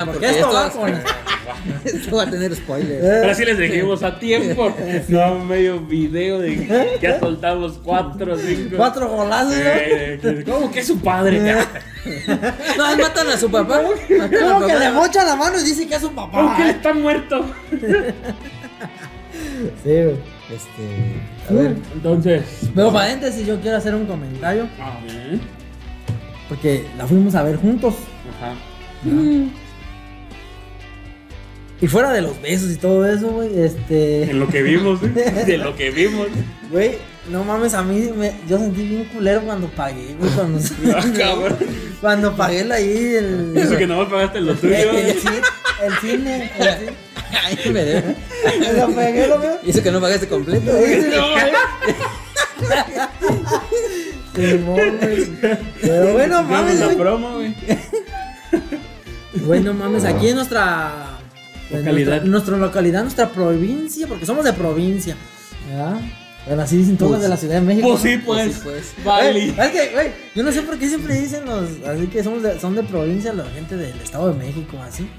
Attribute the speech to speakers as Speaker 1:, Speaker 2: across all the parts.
Speaker 1: Ah,
Speaker 2: Porque esto va, con- esto va a tener
Speaker 1: ¿Eh?
Speaker 2: spoilers.
Speaker 3: Ahora sí les dijimos a tiempo. No, medio video de ya soltamos cuatro, cinco.
Speaker 2: Cuatro golazos, ¿no? Eh,
Speaker 3: Eh, eh, ¿Cómo que es su padre?
Speaker 2: No, matan a su papá. Matan a
Speaker 4: Como que le
Speaker 2: papá.
Speaker 4: mocha la mano y dice que es su papá.
Speaker 3: ¿Cómo que él está muerto?
Speaker 4: Sí, güey.
Speaker 2: Este. A ver.
Speaker 3: Entonces.
Speaker 2: Pero paréntesis, yo quiero hacer un comentario.
Speaker 3: A ver.
Speaker 2: Porque la fuimos a ver juntos.
Speaker 3: Ajá.
Speaker 2: Y fuera de los besos y todo eso, güey. Este.
Speaker 3: En lo que vimos, ¿eh? de lo que vimos.
Speaker 2: Güey, no mames, a mí me- yo sentí bien culero cuando pagué, güey. Cuando,
Speaker 3: Ah, cabrón.
Speaker 2: cuando pagué la ahí el.
Speaker 3: Eso que no me pagaste lo tuyo.
Speaker 2: el, el cine. El cine. el cine.
Speaker 1: Ay, me debe.
Speaker 4: Lo pegué, lo veo.
Speaker 1: Y eso que no pagaste completo.
Speaker 3: No, eh.
Speaker 2: Simón, güey.
Speaker 4: Pero bueno,
Speaker 3: Vamos
Speaker 4: mames,
Speaker 3: la
Speaker 4: güey.
Speaker 3: promo, güey.
Speaker 2: Bueno, mames, aquí en nuestra en
Speaker 3: Localidad.
Speaker 2: nuestra, nuestra localidad, nuestra provincia, porque somos de provincia, ¿verdad? Bueno, así dicen todos
Speaker 1: Pues-
Speaker 2: de la Ciudad de México.
Speaker 3: Pues sí,
Speaker 2: ¿no?
Speaker 3: pues.
Speaker 1: sí, pues.
Speaker 2: Güey,
Speaker 3: Vale.
Speaker 2: es que, güey, yo no sé por qué siempre dicen los, así que somos de- son de provincia la gente del Estado de México, así.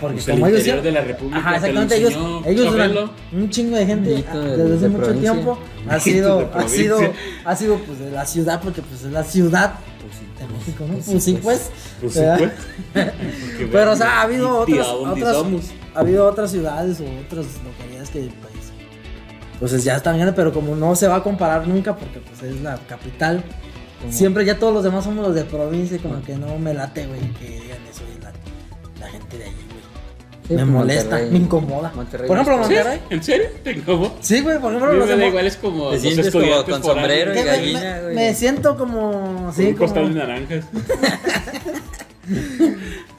Speaker 2: Porque
Speaker 3: Pues el
Speaker 2: como ellos
Speaker 3: interior de
Speaker 2: siempre-
Speaker 3: la República.
Speaker 2: Ajá,
Speaker 3: te lo
Speaker 2: exactamente, ellos,
Speaker 3: enseñó
Speaker 2: ellos
Speaker 3: Chabelo.
Speaker 2: duran- un chingo de gente
Speaker 1: Amiguito de-
Speaker 2: desde hace
Speaker 1: de
Speaker 2: mucho
Speaker 1: provincia.
Speaker 2: tiempo ha
Speaker 3: Amiguito de
Speaker 2: sido, ha
Speaker 3: provincia.
Speaker 2: sido, ha sido pues de la ciudad, porque pues es la ciudad de México, ¿no? Pues sí, pues.
Speaker 3: Pues sí,
Speaker 2: ¿verdad?
Speaker 3: pues.
Speaker 2: Pero, o sea, ha habido
Speaker 3: ¿Y
Speaker 2: otras,
Speaker 3: a dónde
Speaker 2: otras-
Speaker 3: somos?
Speaker 2: ha habido otras ciudades o otras localidades que pues, pues ya están grandes, pero como no se va a comparar nunca porque pues es la capital, siempre ya todos los demás somos los de provincia y como que no me late, güey, que digan eso y la, la gente de allí, güey.
Speaker 1: Sí,
Speaker 2: me
Speaker 1: pues,
Speaker 2: molesta,
Speaker 1: Monterrey.
Speaker 2: me incomoda.
Speaker 1: Monterrey
Speaker 2: por ejemplo,
Speaker 1: no
Speaker 3: ¿Sí?
Speaker 2: Monterrey.
Speaker 3: ¿En serio? ¿Te incomodó?
Speaker 2: Sí, güey, por
Speaker 3: A
Speaker 2: ejemplo,
Speaker 3: mí
Speaker 2: los
Speaker 3: me da
Speaker 2: de Mon-
Speaker 3: igual, es como
Speaker 1: Te
Speaker 3: los
Speaker 1: sientes como
Speaker 3: estudiantes
Speaker 1: con
Speaker 3: foráneos.
Speaker 1: sombrero y
Speaker 2: ¿Qué, güey?
Speaker 1: gallina,
Speaker 2: me,
Speaker 1: güey.
Speaker 2: me siento como
Speaker 3: Con
Speaker 2: sí,
Speaker 3: un costal de
Speaker 2: como,
Speaker 3: naranjas.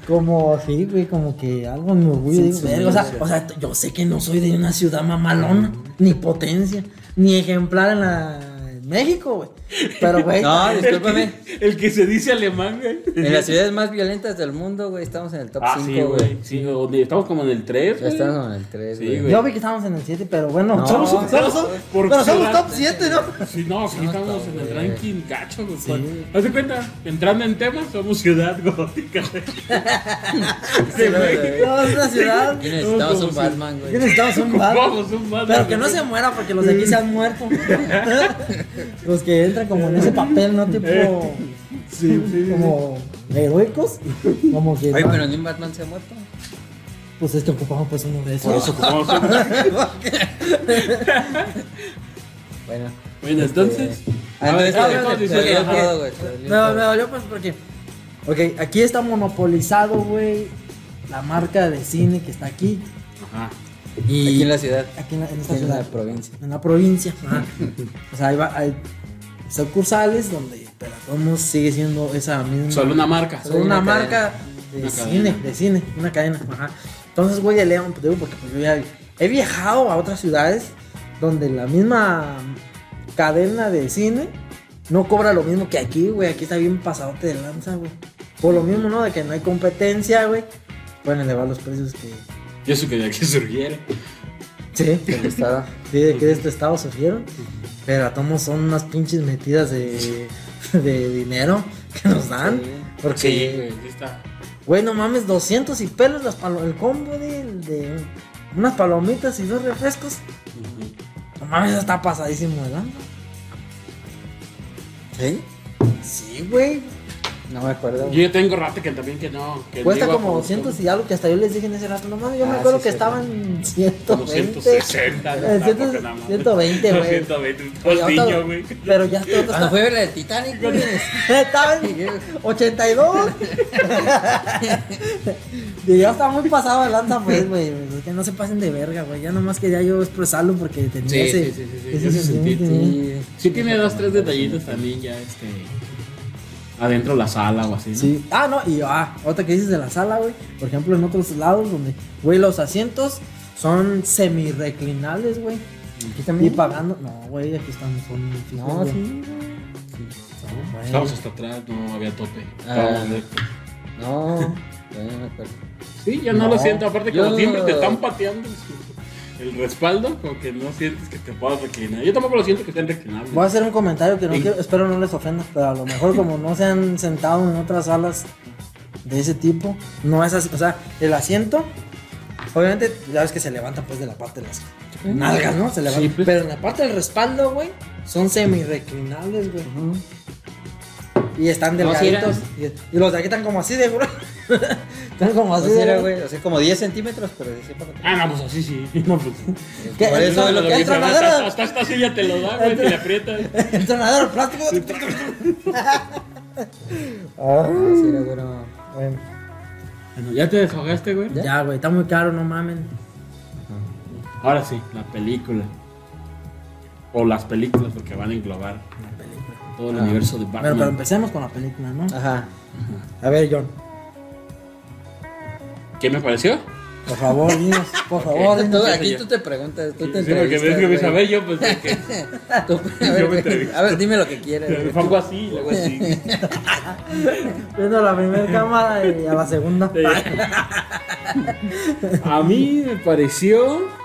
Speaker 2: como sí, güey, como que algo me orgullo,
Speaker 1: Sí,
Speaker 2: digo,
Speaker 1: sí,
Speaker 2: verga, o sea,
Speaker 1: sí.
Speaker 2: o sea, yo sé que no soy de una ciudad mamalona, ni potencia, ni ejemplar en la en México, güey. Pero güey,
Speaker 1: No,
Speaker 2: también-
Speaker 1: discúlpame.
Speaker 3: El que se dice alemán, güey.
Speaker 1: En las ciudades más violentas del mundo, güey, estamos en el top
Speaker 3: Ah,
Speaker 1: 5,
Speaker 3: sí, güey. Sí, güey. Estamos como en el 3.
Speaker 1: Ya estamos en el 3,
Speaker 3: Sí,
Speaker 1: güey.
Speaker 3: güey.
Speaker 2: yo vi que estábamos en el 7, pero bueno,
Speaker 1: No,
Speaker 2: somos
Speaker 3: Somos,
Speaker 2: somos-
Speaker 3: somos, por
Speaker 2: pero somos
Speaker 3: ciudad.
Speaker 2: top 7, ¿no?
Speaker 3: Sí, no, sí,
Speaker 1: No,
Speaker 3: estamos
Speaker 1: está
Speaker 3: en el
Speaker 1: bien.
Speaker 3: ranking gacho, güey. Haz de cuenta, entrando en temas, somos ciudad gótica. De México.
Speaker 2: No, es una ciudad.
Speaker 1: Aquí necesitamos
Speaker 3: No,
Speaker 1: un
Speaker 3: como si-
Speaker 1: Batman, güey.
Speaker 2: que Necesitamos un bar.
Speaker 3: Vamos, un más.
Speaker 2: Pero que no se muera porque los de aquí se han muerto. los que entran como en ese papel, ¿no? Tipo
Speaker 1: Eh.
Speaker 3: Sí, sí.
Speaker 2: como heroicos. Como que
Speaker 1: Oye,
Speaker 2: no,
Speaker 1: pero ni un Batman se ha muerto.
Speaker 2: pues es que ocupamos pues uno de esos.
Speaker 3: Por eso ocupamos un-
Speaker 1: Bueno.
Speaker 3: Bueno, entonces.
Speaker 1: este,
Speaker 3: A
Speaker 1: Ah, no,
Speaker 3: ver,
Speaker 1: es
Speaker 3: ah,
Speaker 1: que
Speaker 3: no,
Speaker 1: te-
Speaker 3: sí,
Speaker 1: te
Speaker 3: sí,
Speaker 1: dolió
Speaker 3: ajá.
Speaker 1: todo, güey.
Speaker 2: Me, me dolió pues porque. Ok, aquí está monopolizado, güey. La marca de cine que está aquí.
Speaker 3: Ajá.
Speaker 2: Y
Speaker 1: Aquí en la ciudad.
Speaker 2: aquí en la- en esta
Speaker 1: Aquí en la
Speaker 2: ciudad.
Speaker 1: provincia. Ah.
Speaker 2: En la provincia. ajá. o sea, ahí va- hay sucursales donde pero Tomos sigue siendo esa misma.
Speaker 3: Solo una marca.
Speaker 2: solo una
Speaker 1: Una
Speaker 2: marca de
Speaker 3: Una
Speaker 2: cine, de cine, una cadena. Ajá. Entonces, güey, el León, te digo, porque pues, yo ya he viajado a otras ciudades donde la misma cadena de cine no cobra lo mismo que aquí, güey. Aquí está bien pasadote de lanza, güey. Por lo mismo, ¿no? De que no hay competencia, güey. Pueden elevar los precios que.
Speaker 3: Yo eso quería que surgiera.
Speaker 2: Sí,
Speaker 1: Del estado.
Speaker 2: sí, de que de este estado surgieron. Pero a tomos son unas pinches metidas de, de dinero que nos dan.
Speaker 1: Sí.
Speaker 2: Porque.
Speaker 3: Sí, güey, sí está.
Speaker 2: Güey, no mames, 200 y pelos las palo- el combo de, de unas palomitas y dos refrescos.
Speaker 3: Ujú.
Speaker 2: No mames, eso está pasadísimo, ¿verdad?
Speaker 1: ¿Sí?
Speaker 2: Sí, güey.
Speaker 1: No me acuerdo.
Speaker 3: Yo ya tengo rato que también que no. Que
Speaker 2: Cuesta
Speaker 3: digo,
Speaker 2: como
Speaker 3: ah,
Speaker 2: 200 y algo que hasta yo les dije en ese rato. No mames, yo me
Speaker 1: Ah,
Speaker 2: acuerdo
Speaker 1: sí,
Speaker 2: que
Speaker 1: sí,
Speaker 2: estaban 120.
Speaker 3: 260.
Speaker 2: Eh,
Speaker 3: no, tampoco
Speaker 2: ciento-
Speaker 3: nada más.
Speaker 2: 120, güey.
Speaker 3: 120,
Speaker 2: Oye,
Speaker 3: pues
Speaker 2: ahorita-
Speaker 3: niño, güey. Ah,
Speaker 2: Pero ya todo está-
Speaker 1: Cuando fue a ver la de Titanic, güey.
Speaker 2: Estaba en 82. y ya estaba muy pasado de lanza, pues, güey. Es Que no se pasen de verga, güey. Ya nomás quería yo expresarlo porque tenía
Speaker 3: Sí,
Speaker 2: ese.
Speaker 3: sí, sí, sí, sí,
Speaker 2: ese
Speaker 3: yo sí sentí,
Speaker 2: sentimiento.
Speaker 1: Sí.
Speaker 3: Sí tiene dos, tres detallitos también ya, este... Adentro de la sala o así. ¿no?
Speaker 2: Sí. Ah, no, y ah, otra que dices de la sala, güey. Por ejemplo, en otros lados donde, güey, los asientos son semi-reclinables, güey.
Speaker 1: Aquí
Speaker 2: Y
Speaker 1: también.
Speaker 2: pagando. No, güey, aquí están son fijos.
Speaker 1: No,
Speaker 2: güey.
Speaker 1: sí.
Speaker 2: No, güey.
Speaker 3: Estábamos hasta atrás, no había tope. Estábamos
Speaker 1: Ah.
Speaker 3: lejos.
Speaker 1: No, todavía no me acuerdo.
Speaker 3: Sí, yo no,
Speaker 1: No.
Speaker 3: lo siento. Aparte, como
Speaker 1: Yo-
Speaker 3: siempre te están pateando el- el respaldo, como que no sientes que te puedas reclinar. Yo tampoco lo siento que estén reclinables.
Speaker 2: Voy a hacer un comentario que no
Speaker 3: Sí.
Speaker 2: quiero, espero no les ofenda, pero a lo mejor como no se han sentado en otras salas de ese tipo. No es así, o sea, el asiento, obviamente, ya ves que se levanta pues de la parte de las nalgas, ¿no? Se levanta.
Speaker 3: Sí, pues.
Speaker 2: Pero en la parte del respaldo, güey, son semi-reclinables, güey. Y están
Speaker 1: No, sí era.
Speaker 2: delgaditos. y, y los de aquí están como así de, güey. están como así
Speaker 1: Así
Speaker 2: de,
Speaker 1: era, güey. O sea, como 10 centímetros, pero de siempre.
Speaker 3: Ah, no, pues así sí. No, pues.
Speaker 2: ¿Qué?
Speaker 1: Por eso es lo
Speaker 3: Lo
Speaker 1: que
Speaker 3: que
Speaker 2: El
Speaker 3: dice,
Speaker 1: dice.
Speaker 2: tronadero.
Speaker 3: hasta, hasta esta silla te lo da, güey, te le aprietas.
Speaker 2: Entrenador plástico.
Speaker 1: Ah, sí, era, güey. no.
Speaker 2: bueno,
Speaker 3: Bueno, ya te deshogaste, güey.
Speaker 2: ya, güey, está muy caro, no mamen.
Speaker 3: Ahora sí, la película. O las películas, porque van a englobar
Speaker 2: La película.
Speaker 3: todo el
Speaker 1: Ah.
Speaker 3: universo de
Speaker 2: Bueno, pero
Speaker 3: Batman.
Speaker 2: empecemos con la película, ¿no?
Speaker 1: Ajá.
Speaker 2: Ah. A ver, John,
Speaker 3: ¿Qué me pareció?
Speaker 2: por favor, dinos, por favor,
Speaker 1: Tú-
Speaker 2: dinos.
Speaker 1: aquí tú te preguntas, tú
Speaker 3: Sí,
Speaker 1: te
Speaker 3: sí, porque me
Speaker 1: entrevistas,
Speaker 3: dijo que me
Speaker 1: güey. Ah,
Speaker 3: sabe yo, pues. de que-
Speaker 1: Tú- a, ver,
Speaker 3: Yo me
Speaker 1: güey,
Speaker 3: entrevisto.
Speaker 1: a ver, dime lo que quieres.
Speaker 3: Me
Speaker 1: güey.
Speaker 3: pongo así, luego así.
Speaker 2: Viendo la primera cámara y a la segunda.
Speaker 3: Eh, A mí me pareció